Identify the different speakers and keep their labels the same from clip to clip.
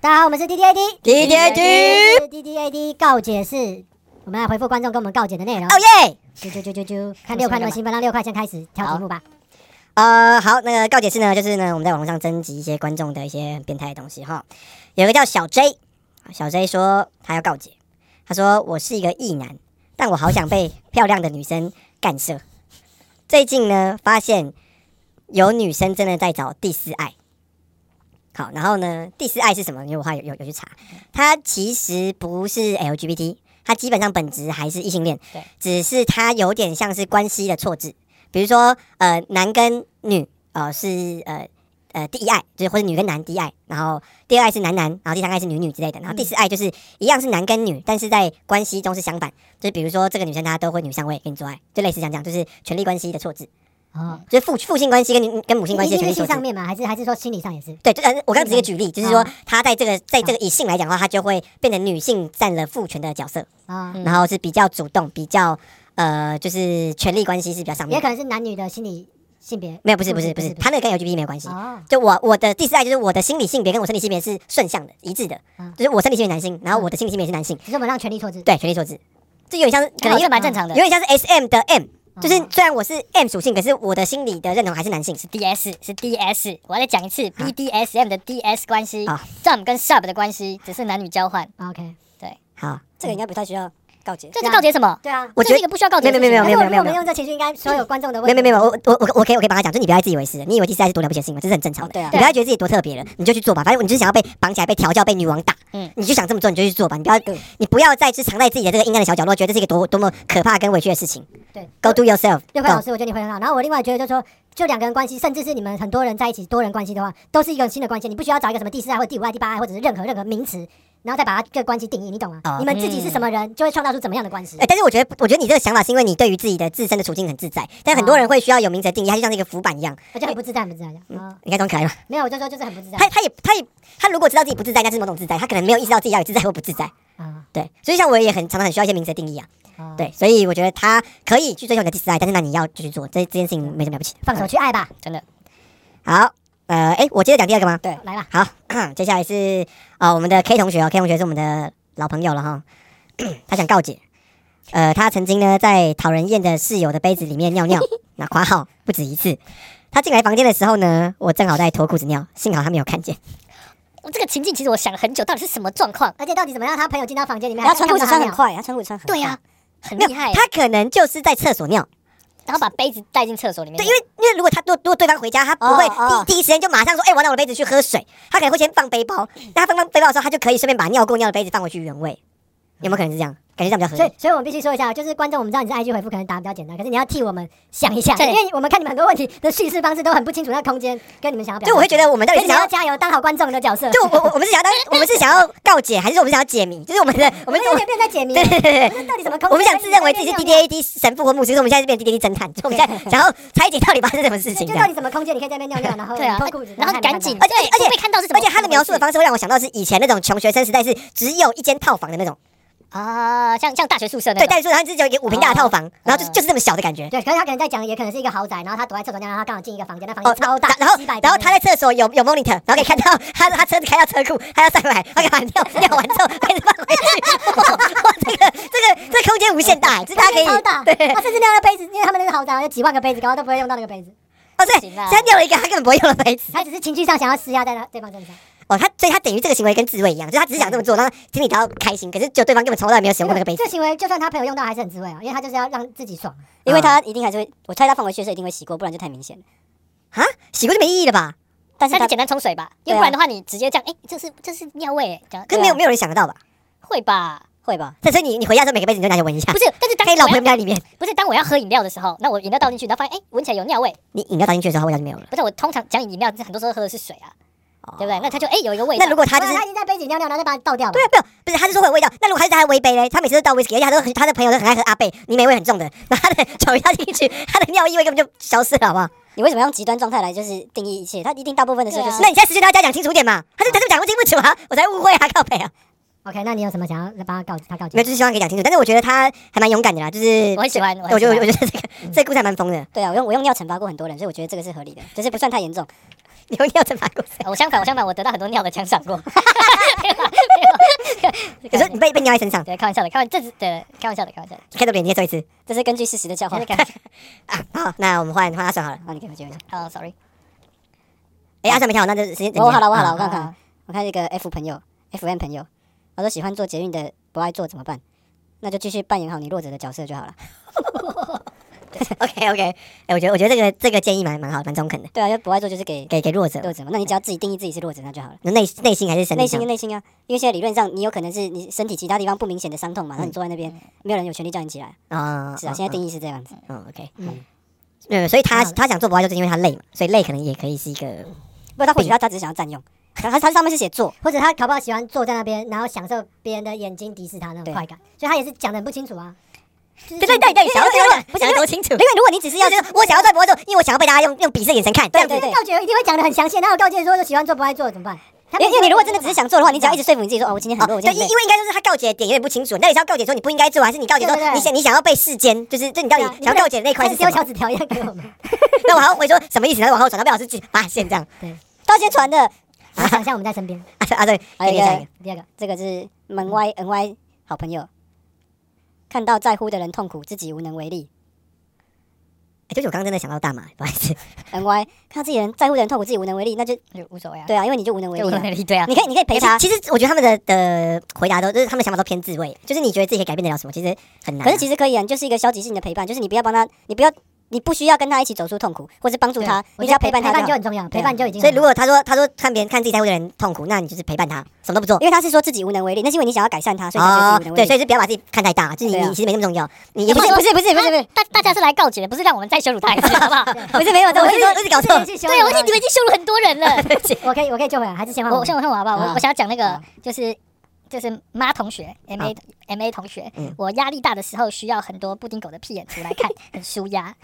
Speaker 1: 大家好，我们是 D D A D
Speaker 2: D D A D
Speaker 1: D D A D 告解室，我们来回复观众跟我们告解的内容。
Speaker 2: 哦耶！
Speaker 1: 啾啾啾啾啾，看六块那么兴奋，让六块先开始挑题目吧。
Speaker 2: 呃，好，那个告解室呢，就是呢，我们在网络上征集一些观众的一些很变态的东西哈。有一个叫小 J，小 J 说他要告解，他说我是一个异男，但我好想被漂亮的女生干涉。最近呢，发现有女生真的在找第四爱。好，然后呢，第四爱是什么？因为我还有有有去查，它其实不是 LGBT，它基本上本质还是异性恋
Speaker 3: 对，
Speaker 2: 只是它有点像是关系的错置。比如说，呃，男跟女，呃，是呃呃第一爱，就是或者女跟男第一爱，然后第二爱是男男，然后第三爱是女女之类的，然后第四爱就是一样是男跟女，但是在关系中是相反，就是比如说这个女生她都会女上位跟你做爱，就类似像这样，就是权力关系的错置，
Speaker 1: 哦，
Speaker 2: 就是父父性关系跟女跟母性关系
Speaker 1: 一
Speaker 2: 的
Speaker 1: 定
Speaker 2: 权力
Speaker 1: 是
Speaker 2: 错
Speaker 1: 性
Speaker 2: 置
Speaker 1: 上。面吗？还是还是说心理上也是？
Speaker 2: 对，就呃我刚刚只是一个举例，就是说
Speaker 1: 啊
Speaker 2: 她在这个在这个以性来讲的话，她就会变成女性占了父权的角色，
Speaker 1: 啊、
Speaker 3: 嗯
Speaker 2: 然后是比较主动，比较呃就是权力关系是比较上面
Speaker 1: 也
Speaker 2: 的。
Speaker 1: 可能是男女的心理性别。
Speaker 2: 没有，不是不是不是，她那个跟 LGBT 没有关系。
Speaker 1: 哦，
Speaker 2: 就我我的第四代就是我的心理性别跟我生理性别是顺向的一致的
Speaker 1: 嗯，
Speaker 2: 就是我生理性别男性，然后我的心理性别是男性，
Speaker 1: 只是我们让权力错置。
Speaker 2: 对，权力所致，哦这有点像是可
Speaker 3: 可
Speaker 2: 能
Speaker 3: 能
Speaker 2: 有
Speaker 3: 是
Speaker 2: 点
Speaker 3: 蛮正常的
Speaker 2: 有。点像是 S M 的 M，就是
Speaker 1: 哦
Speaker 2: 虽然我是 M 属性，可是我的心理的认同还是男性。
Speaker 3: D S 是 D S，我要再讲一
Speaker 2: 啊
Speaker 3: 次 B D S M 的 D S 关系
Speaker 2: 好
Speaker 3: ，Jump 跟 Sub 的关系只是男女交换，
Speaker 1: OK。
Speaker 2: 好，这个应该不太需要告诫。
Speaker 3: 这是告解什么？
Speaker 1: 对啊，
Speaker 2: 我
Speaker 3: 这
Speaker 2: 觉
Speaker 3: 是
Speaker 2: 得
Speaker 3: 一个不需要告解的事情。
Speaker 2: 没有没有没有
Speaker 1: 如果我们用这情绪，应该所有观众的
Speaker 2: 没
Speaker 1: 问
Speaker 2: 有没
Speaker 1: 题。
Speaker 2: 有没有，我我我我可以我可以帮他讲，就你不要再自以为是了，你以为第四代是多了不起的事情吗？这是很正常的，
Speaker 1: 对啊
Speaker 2: 你不要觉得自己多特别了，你就去做吧，反正你就是想要被绑起来、被调教、被女王打，
Speaker 3: 嗯
Speaker 2: 你就想这么做，你就去做吧，你不要你不要再去藏在自己的这个阴暗的小角落，觉得这是一个多多么可怕跟委屈的事情。
Speaker 1: 对
Speaker 2: ，Go do yourself，
Speaker 1: 六块老
Speaker 2: go。
Speaker 1: 师，我觉得你会很好。然后我另外觉得，就是说，就两个人关系，甚至是你们很多人在一起，多人关系的话，都是一个新的关系。你不需要找一个什么第四爱或第五爱、第八爱，或者是任何任何名词，然后再把它这个关系定义，你懂吗？
Speaker 2: 哦
Speaker 1: 你们自己是什么人，就会创造出怎么样的 关系哦
Speaker 2: 哎、。但是我觉得，我觉得你这个想法是因为你对于自己的自身的处境很自在，但很多
Speaker 1: 哦
Speaker 2: 人会需要有名词的定义，它就像是一个浮板一样。
Speaker 1: 我就很不自在，很不自在这样。啊，
Speaker 2: 你看装可爱吗？
Speaker 1: 没有，我就说就是很不自在
Speaker 2: 他他也他也他如果知道自己不自在，那是某种自在，他可能没有意识到自己到底自在或不自在。
Speaker 1: 啊。
Speaker 2: 对，所以像我也很常常很需要一些名词的定义啊。
Speaker 1: 啊，
Speaker 2: 对，所以我觉得他可以去追求你的第四爱，但是那你要继续做，这这件事情没什么了不起的。
Speaker 1: 放手去爱吧，
Speaker 3: 真的，
Speaker 2: 好，呃，哎，我接着讲第二个吗？对。
Speaker 1: 来吧。
Speaker 2: 好， 接下来是呃我们的 K 同学哦，K 同学是我们的老朋友了哈， 他想告解，呃，他曾经呢在讨人厌的室友的杯子里面 尿尿，那括号不止一次。他进来房间的时候呢，我正好在脱裤子尿，幸好他没有 看见。
Speaker 3: 我这个情境其实我想了很久，到底是什么状况？
Speaker 1: 而且到底怎么样，他朋友进到房间里面，
Speaker 4: 他穿裤子
Speaker 1: 还看
Speaker 4: 穿很
Speaker 1: 不到他
Speaker 4: 快，他穿裤子穿很快。哎
Speaker 3: 对呀，很
Speaker 2: 没有
Speaker 3: 厉害，欸。
Speaker 2: 啊他可能就是在厕所尿，
Speaker 3: 然后把杯子带进厕所里面。
Speaker 2: 对，因为因为如果他如果如果对方回家，他不会第、
Speaker 4: 哎哦哦
Speaker 2: 第一时间就马上说，哎、我拿我的杯子去喝水，他可能会先放背包，那他放放背包的时候，他就可以顺便把尿过尿的杯子放回去原位，有没有可能是这样？感觉这样比较合
Speaker 1: 所
Speaker 2: 理
Speaker 1: 以。，所以我们必须说一下，就是观众，我们知道你是 IG 回复可能答比较简单，可是你要替我们想一下，
Speaker 3: 对
Speaker 1: 因为我们看你们很多问题的叙事方式都很不清楚，那空间跟你们想要表达，
Speaker 2: 就我会觉得我们到
Speaker 1: 所
Speaker 2: 底
Speaker 1: 以
Speaker 2: 是
Speaker 1: 哎你要
Speaker 2: 想哎要，
Speaker 1: 加油，当好观众的角色，
Speaker 2: 就我我我们是想要当，我们是想要告解，还是我们想要解谜？就是我们的我
Speaker 1: 我
Speaker 2: 们
Speaker 1: 们有点变在解谜，
Speaker 2: 对对对对，
Speaker 1: 这到底什么空间？
Speaker 2: 我们想自认为自己是
Speaker 1: 你
Speaker 2: D
Speaker 1: 在
Speaker 2: D A D 神父或牧师，所以我们现在是变 D D A D 侦探，就我们现在想要拆解到底发生什么事情
Speaker 1: 就
Speaker 2: 这
Speaker 1: 到
Speaker 2: 样。
Speaker 1: 底什么空间？你可以在那边尿尿，然后
Speaker 3: 对
Speaker 2: 嗯
Speaker 3: 啊
Speaker 1: 脱裤子，
Speaker 3: 然后赶紧，
Speaker 2: 而且而且
Speaker 3: 不被看到是怎
Speaker 2: 而
Speaker 3: 么？
Speaker 2: 且他的描述的方式会让我想到是以前那种穷学生时代，是只有一间套房的那种，
Speaker 3: 啊，像像大学宿舍那
Speaker 2: 对，
Speaker 3: 种。
Speaker 2: 但是说他只有一个五平大的套
Speaker 1: 哦
Speaker 2: 房，然后就
Speaker 3: 嗯
Speaker 2: 就是这么小的感觉。
Speaker 1: 对，可是他可能在讲，也可能是一个豪宅，然后他躲在厕所尿，然后他刚好进一个房间，那房
Speaker 2: 哦
Speaker 1: 间，超大，
Speaker 2: 然后
Speaker 1: 几百平
Speaker 2: 然后他在厕所有有 monitor，然后可以看到他他车子开到车库，他要上来，他把尿尿完之后开始放回去，哇哇，这个这个这个空间无限大，就是大家可以
Speaker 1: 超大，
Speaker 2: 对，
Speaker 1: 他甚至尿那杯子，因为他们那个豪宅有几万个杯子，搞到都不会用到那个杯子，
Speaker 2: 哦对，
Speaker 3: 不行啦啊
Speaker 2: 现在掉了一个他根本不会用的杯子，
Speaker 1: 他只是情绪上想要施压在他对方身上。
Speaker 2: 哦他所以他等于这个行为跟自慰一样，就是他只是想这么做，让他心里感到开心，可是就对方根本从来没有使用过那个杯子
Speaker 1: 这，行为就算他朋友用到还是很滋味啊，因为他就是要让自己爽。
Speaker 3: 啊
Speaker 4: 因为他一定还是会，我猜他放回去的时候一定会洗过，不然就太明显了。
Speaker 2: 啊，洗过就没意义了吧？
Speaker 4: 但是
Speaker 3: 那就
Speaker 4: 他
Speaker 3: 简单冲水吧，要不然的话你直接这样，哎，这是这是尿味，哎这样
Speaker 2: 啊可是没有
Speaker 3: 对啊
Speaker 2: 没有人想得到吧？
Speaker 3: 会吧？
Speaker 4: 会吧？
Speaker 2: 所以你你回家之后每个杯子你就拿去闻一下
Speaker 3: 不，是，但是当
Speaker 2: 可以老
Speaker 3: 我
Speaker 2: 朋
Speaker 3: 要
Speaker 2: 友在里面，
Speaker 3: 不是当我要喝饮料的时候，那我饮料倒进去，然后发现哎闻起来有尿味，
Speaker 2: 你饮料倒进去的时候它味道就没有了，
Speaker 3: 不是我通常讲饮料很多时候喝的是水啊，对不对？那他就哎有一个味道
Speaker 2: 那如，果他
Speaker 1: 他
Speaker 2: 就是
Speaker 1: 啊他已经在杯子里尿尿，然后再把它倒掉嘛。
Speaker 2: 对啊，没有，不是，他是说会有味道。那如果他是在微杯嘞，他每次都倒威士忌，而且他都很他的朋友都很爱喝阿贝，你美味很重的， 那他的酒一倒 进去，他的尿意味根本就消失了，好不好？
Speaker 4: 你为什么要用极端状态来就是定义一切？他一定大部分的时候就是
Speaker 2: 啊那你现在时间大家讲清楚一点嘛，他就他就讲不清不楚啊， 我才误会啊，靠北啊，
Speaker 4: 嗯
Speaker 1: OK，那你有什么想要帮他告他告
Speaker 2: 没
Speaker 1: 诫？
Speaker 2: 有，就是希望可以讲清楚。但是我觉得他还蛮勇敢的啦，就是
Speaker 3: 我很喜欢，
Speaker 2: 我觉
Speaker 3: 我就
Speaker 2: 得我觉得这个这个故事还蛮疯的。
Speaker 4: 对啊，我用我用尿惩罚过很多人，所以我觉得这个是合理的，只是不算太严重。
Speaker 2: 留尿在马路上。
Speaker 3: 我相反，我相反，我得到很多尿的奖赏过。
Speaker 2: 有 时候你被被尿在身上，
Speaker 3: 对，开玩笑的，开玩，这是对，开玩笑的，开玩笑的。
Speaker 2: 看到别人接受一 次
Speaker 4: 这是根据事实的教化。
Speaker 3: 真的
Speaker 4: 啊，
Speaker 3: 感觉，
Speaker 2: 好，那我们换换阿顺好了。
Speaker 4: 你给我接一下。
Speaker 3: 哦，sorry，
Speaker 2: 哎，阿顺没跳，那就时间。
Speaker 4: 我好了，我好了，
Speaker 2: 嗯
Speaker 4: 我看看，我看一个 F 朋友，F M 朋友，他说喜欢做捷运的不爱做怎么办？那就继续扮演好你弱者的角色就好了。
Speaker 2: OK OK，哎、我觉得我觉得这个这个建议蛮蛮好，蛮中肯的，
Speaker 4: 对啊，就不爱做就是给
Speaker 2: 给给弱者
Speaker 4: 弱者嘛。那你只要自己定义自己是弱者，那就好了。
Speaker 2: 内内心还是神
Speaker 4: 内
Speaker 2: 理
Speaker 4: 心
Speaker 2: 上
Speaker 4: 跟内心啊，因为现在理论上你有可能是你身体其他地方不明显的伤痛嘛，那你坐在那边，没有人有权利叫你起来。
Speaker 2: 啊
Speaker 4: 是啊，现在定义是这样子。
Speaker 2: 嗯 OK，
Speaker 4: 嗯
Speaker 2: 嗯，所以他
Speaker 1: 蛮好的
Speaker 2: 他想做不爱就是因为他累嘛，所以累可能也可以是一个
Speaker 4: 不过他或许他他只是想要占用，他他他上面是写做，
Speaker 1: 或者他搞不好喜欢坐在那边，然后享受别人的眼睛敌视他那种
Speaker 4: 对
Speaker 1: 快感，所以他也是讲的很不清楚啊。对
Speaker 2: 对对对对，想要想要想要多清楚，因为如果你只是要就是我想要做不爱做，因为我想要被大家用用鄙视的眼神看，这样子
Speaker 4: 对对
Speaker 1: 告诫一定会讲的很详细，然后告诫说喜欢做不爱做怎么办？他
Speaker 4: 因为因为你如果真的只是想做的话，你只要一
Speaker 1: 直
Speaker 4: 直说服你自己
Speaker 3: 嗯
Speaker 4: 说哦，我今天很弱，
Speaker 2: 哦，
Speaker 4: 我
Speaker 2: 对，
Speaker 4: 今
Speaker 2: 因
Speaker 4: 天很
Speaker 2: 因
Speaker 3: 啊
Speaker 4: 累。
Speaker 2: 为应该就是他告解的点有点不清楚，那你是要告解说你不应该做，还是你告解
Speaker 1: 对对
Speaker 2: 说
Speaker 1: 对
Speaker 2: 你想你想要被世间，就是就是你到底
Speaker 1: 对啊你不
Speaker 2: 想要告解的那一块是什
Speaker 1: 丢
Speaker 2: 么？
Speaker 1: 小纸条一样给我们，
Speaker 2: 那我还要回说什么意思？然后往后转到被老师发现这样。
Speaker 4: 到现在传的
Speaker 1: 然后想象我们在身边。
Speaker 2: 啊对啊对，
Speaker 4: 还有一
Speaker 2: 给你下一
Speaker 4: 个
Speaker 2: 个
Speaker 1: 第二个，
Speaker 4: 这个
Speaker 3: 嗯
Speaker 4: 是门外 N Y 好朋友，看到在乎的人痛苦，自己无能为力。
Speaker 2: 哎，就是我刚刚真的想到大麻，不好意思。
Speaker 4: N Y 看到自己人在乎的人痛苦，自己无能为力，那就
Speaker 3: 就无所谓啊。
Speaker 4: 对啊，因为你就无能为
Speaker 3: 对，
Speaker 4: 力
Speaker 3: 无
Speaker 4: 了
Speaker 3: 能。为力，对啊。
Speaker 4: 你可以你可以陪他，
Speaker 2: 其实我觉得他们的的回答都就是他们的想法都偏自卫，就是你觉得自己可以改变得了什么，其实很难啊。
Speaker 4: 可是其实可以啊，你就是一个消极性的陪伴，就是你不要帮他，你不要你不需要跟他一起走出痛苦，或是帮助他，
Speaker 1: 我
Speaker 4: 你只
Speaker 1: 觉得
Speaker 4: 要
Speaker 1: 陪
Speaker 4: 陪伴
Speaker 1: 陪
Speaker 4: 他
Speaker 1: 伴
Speaker 4: 就
Speaker 1: 就
Speaker 4: 好。
Speaker 1: 很重要，
Speaker 4: 对
Speaker 1: 陪
Speaker 4: 啊
Speaker 1: 伴就已经很
Speaker 2: 所以
Speaker 1: 好
Speaker 2: 如果他说他说看别人看自己在乎的人痛苦，那你就是陪伴他，什么都不做。哦
Speaker 4: 因为他是说自己无能为力，那是因为你想要改善他，所以你才觉得自己无能为
Speaker 2: 对，
Speaker 4: 力。
Speaker 2: 所以是不要把自己看太大，就是你、
Speaker 4: 对啊
Speaker 2: 你其实没那么重要。你
Speaker 4: 不
Speaker 2: 不
Speaker 4: 是
Speaker 2: 是
Speaker 4: 不是不是不是不是啊
Speaker 3: 大大家是来告解的，不是让我们再羞辱他一次，好不好？
Speaker 4: 不是没有，
Speaker 2: 我
Speaker 4: 我
Speaker 2: 一
Speaker 4: 是
Speaker 2: 直
Speaker 4: 说
Speaker 2: 我一直搞
Speaker 1: 这个
Speaker 2: 错
Speaker 1: 是。希望
Speaker 3: 对，我已
Speaker 1: 我
Speaker 3: 经你们已经羞辱很多 人了。
Speaker 1: 我可以我可以救回来，还是先换
Speaker 3: 我
Speaker 1: 我
Speaker 3: 我先我先我好不好？
Speaker 2: 啊
Speaker 3: 我我想要讲那个
Speaker 4: 啊
Speaker 3: 就是就是妈同学 M A M A 同学
Speaker 2: 嗯，
Speaker 3: 我压力大的时候需要很多布丁狗的屁眼图来看，很舒 压，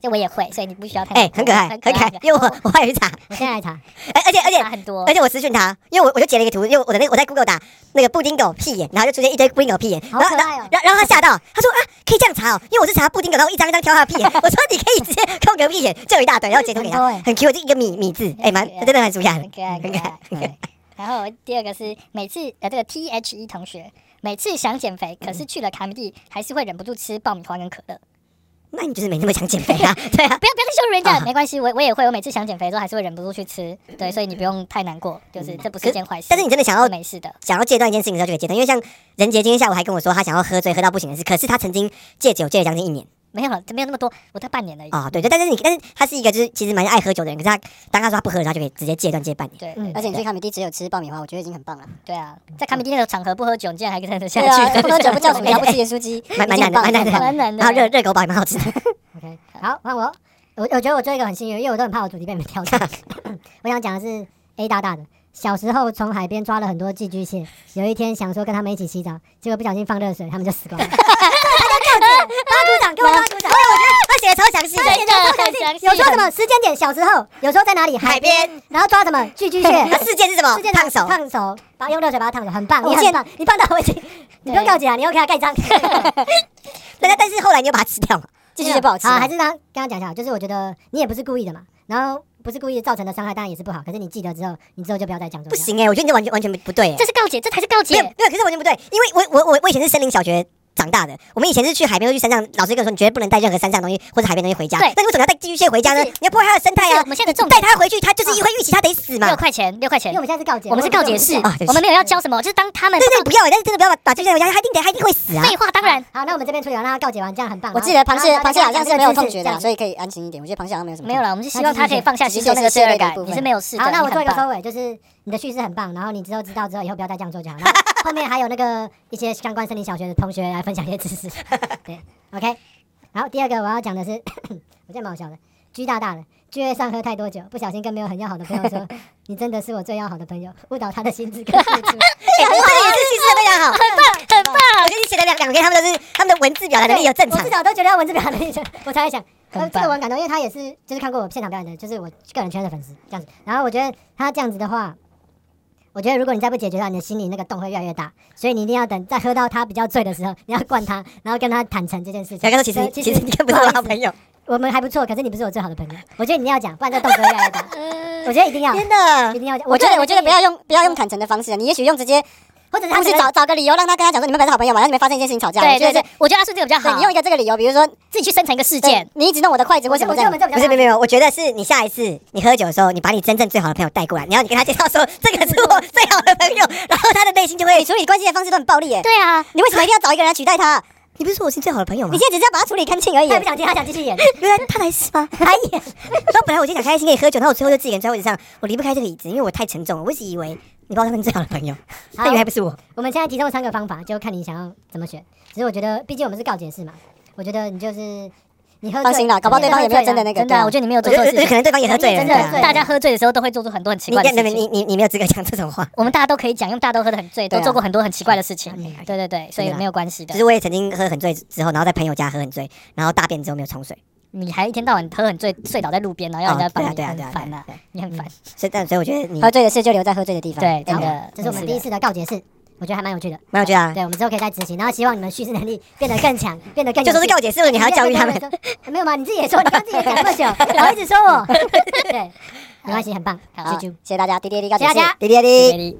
Speaker 3: 这我也会，所以你不需要太啊
Speaker 2: 哎、很可爱，很可爱，因为我我还有去查，
Speaker 1: 我现在来查，
Speaker 2: 哎、而且而且
Speaker 3: 差很
Speaker 4: 哦
Speaker 3: 多
Speaker 2: 而。且我私讯他，因为我我就截了一个图，因为我的那个我在 Google 打那个布丁狗屁眼，然后就出现一堆布丁狗屁眼，然
Speaker 1: 好
Speaker 2: 后
Speaker 1: 可
Speaker 2: 然
Speaker 1: 爱哦
Speaker 2: 后然后然后他吓到，他说啊可以这样查哦，因为我是查布丁狗，然后我一张一张挑他的屁眼，我说你可以直接空格屁眼，就有一大堆，然后截图给
Speaker 1: 很多
Speaker 2: 他
Speaker 3: 欸
Speaker 1: 哎，
Speaker 2: 很 Q，就一个米米字，哎、蛮真的蛮舒雅的
Speaker 3: 很，可爱，
Speaker 2: 很
Speaker 3: 很
Speaker 2: 可
Speaker 3: 可
Speaker 2: 爱
Speaker 3: 爱。
Speaker 2: 很可爱
Speaker 3: 对然后第二个是每次呃，这个 T H E 同学每次想减肥，可是去了卡米蒂还是会忍不住吃爆米花跟可乐。
Speaker 2: 那你就是没那么想减肥啊， 对啊。
Speaker 3: 不要不要再羞辱人家
Speaker 2: 啊
Speaker 3: 了，没关系，我我也会，我每次想减肥的时候还是会忍不住去吃。对，所以你不用太难过，就是这不是一件坏事。
Speaker 2: 但是你真哦的想要
Speaker 3: 没事的，
Speaker 2: 想要戒断一件事情的时候就可以戒断，因为像任杰今天下午还跟我说他想要喝醉喝到不行的事，可是他曾经戒酒戒了将近一年
Speaker 3: 没有了，没有那么多，我才半年而已。
Speaker 2: 啊、对对，但是你但是他是一个就是其实蛮爱喝酒的人，可是他当他说他不喝的时候，他就可以直接戒断戒半年。
Speaker 3: 对，
Speaker 1: 嗯
Speaker 3: 对
Speaker 4: 而且你去看米蒂只有吃爆米花，我觉得已经很棒了。
Speaker 3: 对啊，在卡米蒂那种场合不喝酒，你竟然还跟着下
Speaker 4: 对
Speaker 3: 去，
Speaker 4: 啊，不喝酒不叫
Speaker 2: 薯
Speaker 4: 薯
Speaker 2: 条
Speaker 4: 条，不
Speaker 2: 不吃
Speaker 4: 吃盐酥 鸡，
Speaker 2: 蛮蛮难的，蛮难的，
Speaker 3: 蛮难的
Speaker 2: 然后 热热狗堡也蛮好吃的。
Speaker 1: ，OK，好换我。我我觉得我做一个很幸运，因为我都很怕我主题被你们挑战。我想讲的是 A 大大的，小时候从海边抓了很多寄居蟹，有一天想说跟他们一起洗澡，结果不小心放热水，他们就死光了。
Speaker 2: 鼓掌，给我鼓掌！
Speaker 3: 啊
Speaker 2: 对，我觉得他写的超详细的。
Speaker 3: 真
Speaker 1: 有说 什么时间点？小时候有时候在哪里？
Speaker 2: 海边，
Speaker 1: 然后抓什么寄居蟹？
Speaker 2: 他事件是什么
Speaker 1: 世界？
Speaker 2: 烫手。
Speaker 1: 烫手，把它用热水把它烫手，很棒，
Speaker 4: 哦
Speaker 2: 我
Speaker 1: 你很
Speaker 2: 见
Speaker 1: 棒，你棒到我 已经，你不用告解啊，你又给他盖章，
Speaker 2: 但但是后来你又把它吃掉嘛？
Speaker 4: 继续就不好吃
Speaker 1: 啊，
Speaker 4: 了。
Speaker 1: 还是让跟他讲一下，就是我觉得你也不是故意的嘛，然后不是故意造成的伤害，当然也是不好，可是你记得之后，你之后就不要再讲这
Speaker 2: 不
Speaker 1: 种。
Speaker 2: 行哎、我觉得你这完全完全不对、欸。
Speaker 3: 这是告解，这才是告
Speaker 2: 没有
Speaker 3: 解。
Speaker 2: 没有，可是完全不对，因为我我我我以前是森林小学长大的，我们以前是去海边或去山上，老师跟我说你绝对不能带任何山上的东西或者海边的东西回家。
Speaker 3: 对
Speaker 2: 但是为什么要带寄居蟹回家呢？
Speaker 3: 不
Speaker 2: 你要破坏它的生态
Speaker 3: 是
Speaker 2: 啊
Speaker 3: 我！们现在的重
Speaker 2: 带
Speaker 3: 点，
Speaker 2: 它回去，它就是一会预期它得死嘛
Speaker 3: 哎六。块钱，六块钱
Speaker 1: 因为我，们现在是告解，
Speaker 3: 我们是告解式
Speaker 2: 啊对不起，
Speaker 3: 我们没有要教什么，就是当他们
Speaker 2: 对对，不要、欸，但是真的不要把把寄居蟹带回家，它一定得它一定会死啊！
Speaker 3: 废话，当然
Speaker 1: 好，那我们这边处理完，让他告解完，这样很棒。
Speaker 4: 我记得螃蟹
Speaker 1: 然后
Speaker 4: 螃蟹好像是没有痛觉的
Speaker 1: 然
Speaker 4: 啊，
Speaker 1: 后大家
Speaker 4: 所以可以安心一点。我觉得螃蟹好像没有什么
Speaker 3: 没有
Speaker 4: 了。
Speaker 3: 了，我们是希望他可以放下
Speaker 4: 只
Speaker 3: 吸
Speaker 4: 是
Speaker 3: 收那个
Speaker 4: 只
Speaker 3: 罪
Speaker 4: 是
Speaker 3: 恶
Speaker 4: 这个
Speaker 3: 感
Speaker 4: 部。分
Speaker 3: 你是没有事的，
Speaker 1: 好，那我
Speaker 3: 你
Speaker 1: 做
Speaker 3: 很
Speaker 1: 一个
Speaker 3: 棒
Speaker 1: 收尾，就是你的叙事很棒，然后你之后知道之后，以后不要再这样做就好。然后后面还有那个一些相关森林小学的同学来分享一些知识。对，OK。好，第二个我要讲的是， 我这蛮好笑的，G 大大的聚会上喝太多酒，不小心跟没有很要好的朋友说， 你真的是我最要好的朋友，误导他的心智跟付出。
Speaker 2: 哎、 这个也是叙事的非常好，
Speaker 3: 很棒。
Speaker 2: 我觉得你写的两两篇，他们都是他们的文字表达能力有正
Speaker 1: 我
Speaker 2: 常
Speaker 1: 至。少都觉得他文字表达能力强， 我才会想，
Speaker 3: 很
Speaker 1: 呃，这个
Speaker 3: 棒
Speaker 1: 我很感动，因为他也是就是看过我现场表演的，就是我个人圈的粉丝这样子。然后我觉得他这样子的话，我觉得如果你再不解决他，你的心里那个洞会越来越大，所以你一定要等再喝到他比较醉的时候，你要灌他，然后跟他坦诚这件事
Speaker 2: 小
Speaker 1: 情。
Speaker 2: 刚说，其实你
Speaker 1: 对
Speaker 2: 其实你根本不是我的好朋友，
Speaker 1: 我们还不错，可是你不是我最好的朋友。我觉得你要讲，不然这动作越来越大。我觉得一定要，
Speaker 2: 真的
Speaker 1: 一定要讲。
Speaker 4: 我觉
Speaker 1: 个
Speaker 4: 得，
Speaker 1: 人
Speaker 4: 我觉得
Speaker 1: 建议
Speaker 4: 不要，用不要用坦诚的方式啊，你也许用直接，
Speaker 1: 或者是他
Speaker 4: 或是
Speaker 1: 可能
Speaker 4: 找找个理由让他跟他讲说你们本来是好朋友嘛，然后你们发生一件事情吵架，
Speaker 3: 对
Speaker 4: 我觉得
Speaker 3: 对
Speaker 4: 这
Speaker 3: 对，我觉得阿顺这个比较
Speaker 4: 对，
Speaker 3: 好，
Speaker 4: 你用一个这个理由，比如说
Speaker 3: 自己去生成一个事
Speaker 4: 对
Speaker 3: 件。
Speaker 4: 你一直弄我的筷子，
Speaker 1: 我
Speaker 4: 为
Speaker 1: 觉
Speaker 4: 什
Speaker 1: 得
Speaker 4: 么这
Speaker 1: 我觉得我
Speaker 4: 样
Speaker 1: 们？这比较
Speaker 2: 不是，没
Speaker 1: 大
Speaker 2: 有没有，我觉得是你下一次你喝酒的时候，你把你真正最好的朋友带过来，然后你跟他介绍说这个是我最好的 朋友，然后他的内心就会
Speaker 4: 你处理关系的方式都很暴力耶，
Speaker 3: 对啊，
Speaker 4: 你为什么一定要找一个人来取代他？
Speaker 2: 你不是说我是你最好的朋友吗
Speaker 4: 你？现在只是要把它处理干净而已
Speaker 1: 他也。不想听，他想继续演。
Speaker 2: 原来他来是吗？哎呀，然后本来我就想开心跟你喝酒，然后我最后就自己一个人坐在位置上，我离不开这个椅子，因为我太沉重了。我一直以为你把我当成最好的朋友，
Speaker 1: 好
Speaker 2: 但原来不是我。
Speaker 1: 我们现在提供三个方法，就看你想要怎么选。只是我觉得，毕竟我们是告解式嘛，我觉得你就是你喝醉
Speaker 4: 放心啦搞不好对方也没有真的那个
Speaker 3: 真的啊，我觉得你没有
Speaker 2: 我
Speaker 3: 做
Speaker 2: 觉得我
Speaker 3: 错
Speaker 2: 觉
Speaker 3: 事
Speaker 2: 得
Speaker 3: 情
Speaker 2: 可。能对方也喝醉了，
Speaker 1: 真
Speaker 3: 真
Speaker 1: 的
Speaker 2: 对
Speaker 1: 对
Speaker 3: 的，
Speaker 2: 啊
Speaker 1: 对
Speaker 3: 大家喝醉的时候都会做出很多很奇
Speaker 2: 你
Speaker 3: 怪的
Speaker 2: 你
Speaker 3: 事
Speaker 2: 你
Speaker 3: 情。
Speaker 2: 你你没有资格讲这种话。
Speaker 3: 我们大家都可以讲，因为大家都喝得很醉，
Speaker 4: 对
Speaker 3: 都
Speaker 4: 啊
Speaker 3: 做过很多很奇怪的事情。
Speaker 2: 嗯
Speaker 3: 对对对，所以
Speaker 2: 对啊
Speaker 3: 没有关系的
Speaker 2: 就。是我也曾经喝很醉之后，然后在朋友家喝很醉，然后大便之后没有冲水，
Speaker 3: 你还一天到晚喝很醉，睡倒在路边，然后要人家
Speaker 2: 哦对
Speaker 3: 帮
Speaker 2: 啊
Speaker 3: 你，
Speaker 2: 对啊对
Speaker 3: 很
Speaker 2: 啊
Speaker 3: 烦啊
Speaker 2: 对啊，
Speaker 3: 你很烦。
Speaker 2: 所以但所以我觉得你
Speaker 4: 喝醉的事就留在喝醉的地方。
Speaker 3: 对，真
Speaker 1: 好
Speaker 3: 的，
Speaker 1: 这是我们第一次的告解式，我觉得还蛮有趣的。
Speaker 2: 蛮有趣的啊，
Speaker 1: 对，我们之后可以再执行，然后希望你们叙事能力变得更 强，变得更
Speaker 2: 就说是
Speaker 1: 有趣
Speaker 2: 告解，是不是你还要教育他们？
Speaker 1: 说。 没有吗？你自己也说，你刚自己也讲那 么久，然 后一直说我。对，没关系，很棒，
Speaker 3: 好
Speaker 1: 啾啾，
Speaker 4: 谢谢大家，滴滴滴，
Speaker 1: 谢谢大家。
Speaker 2: 滴滴滴
Speaker 3: 第。一。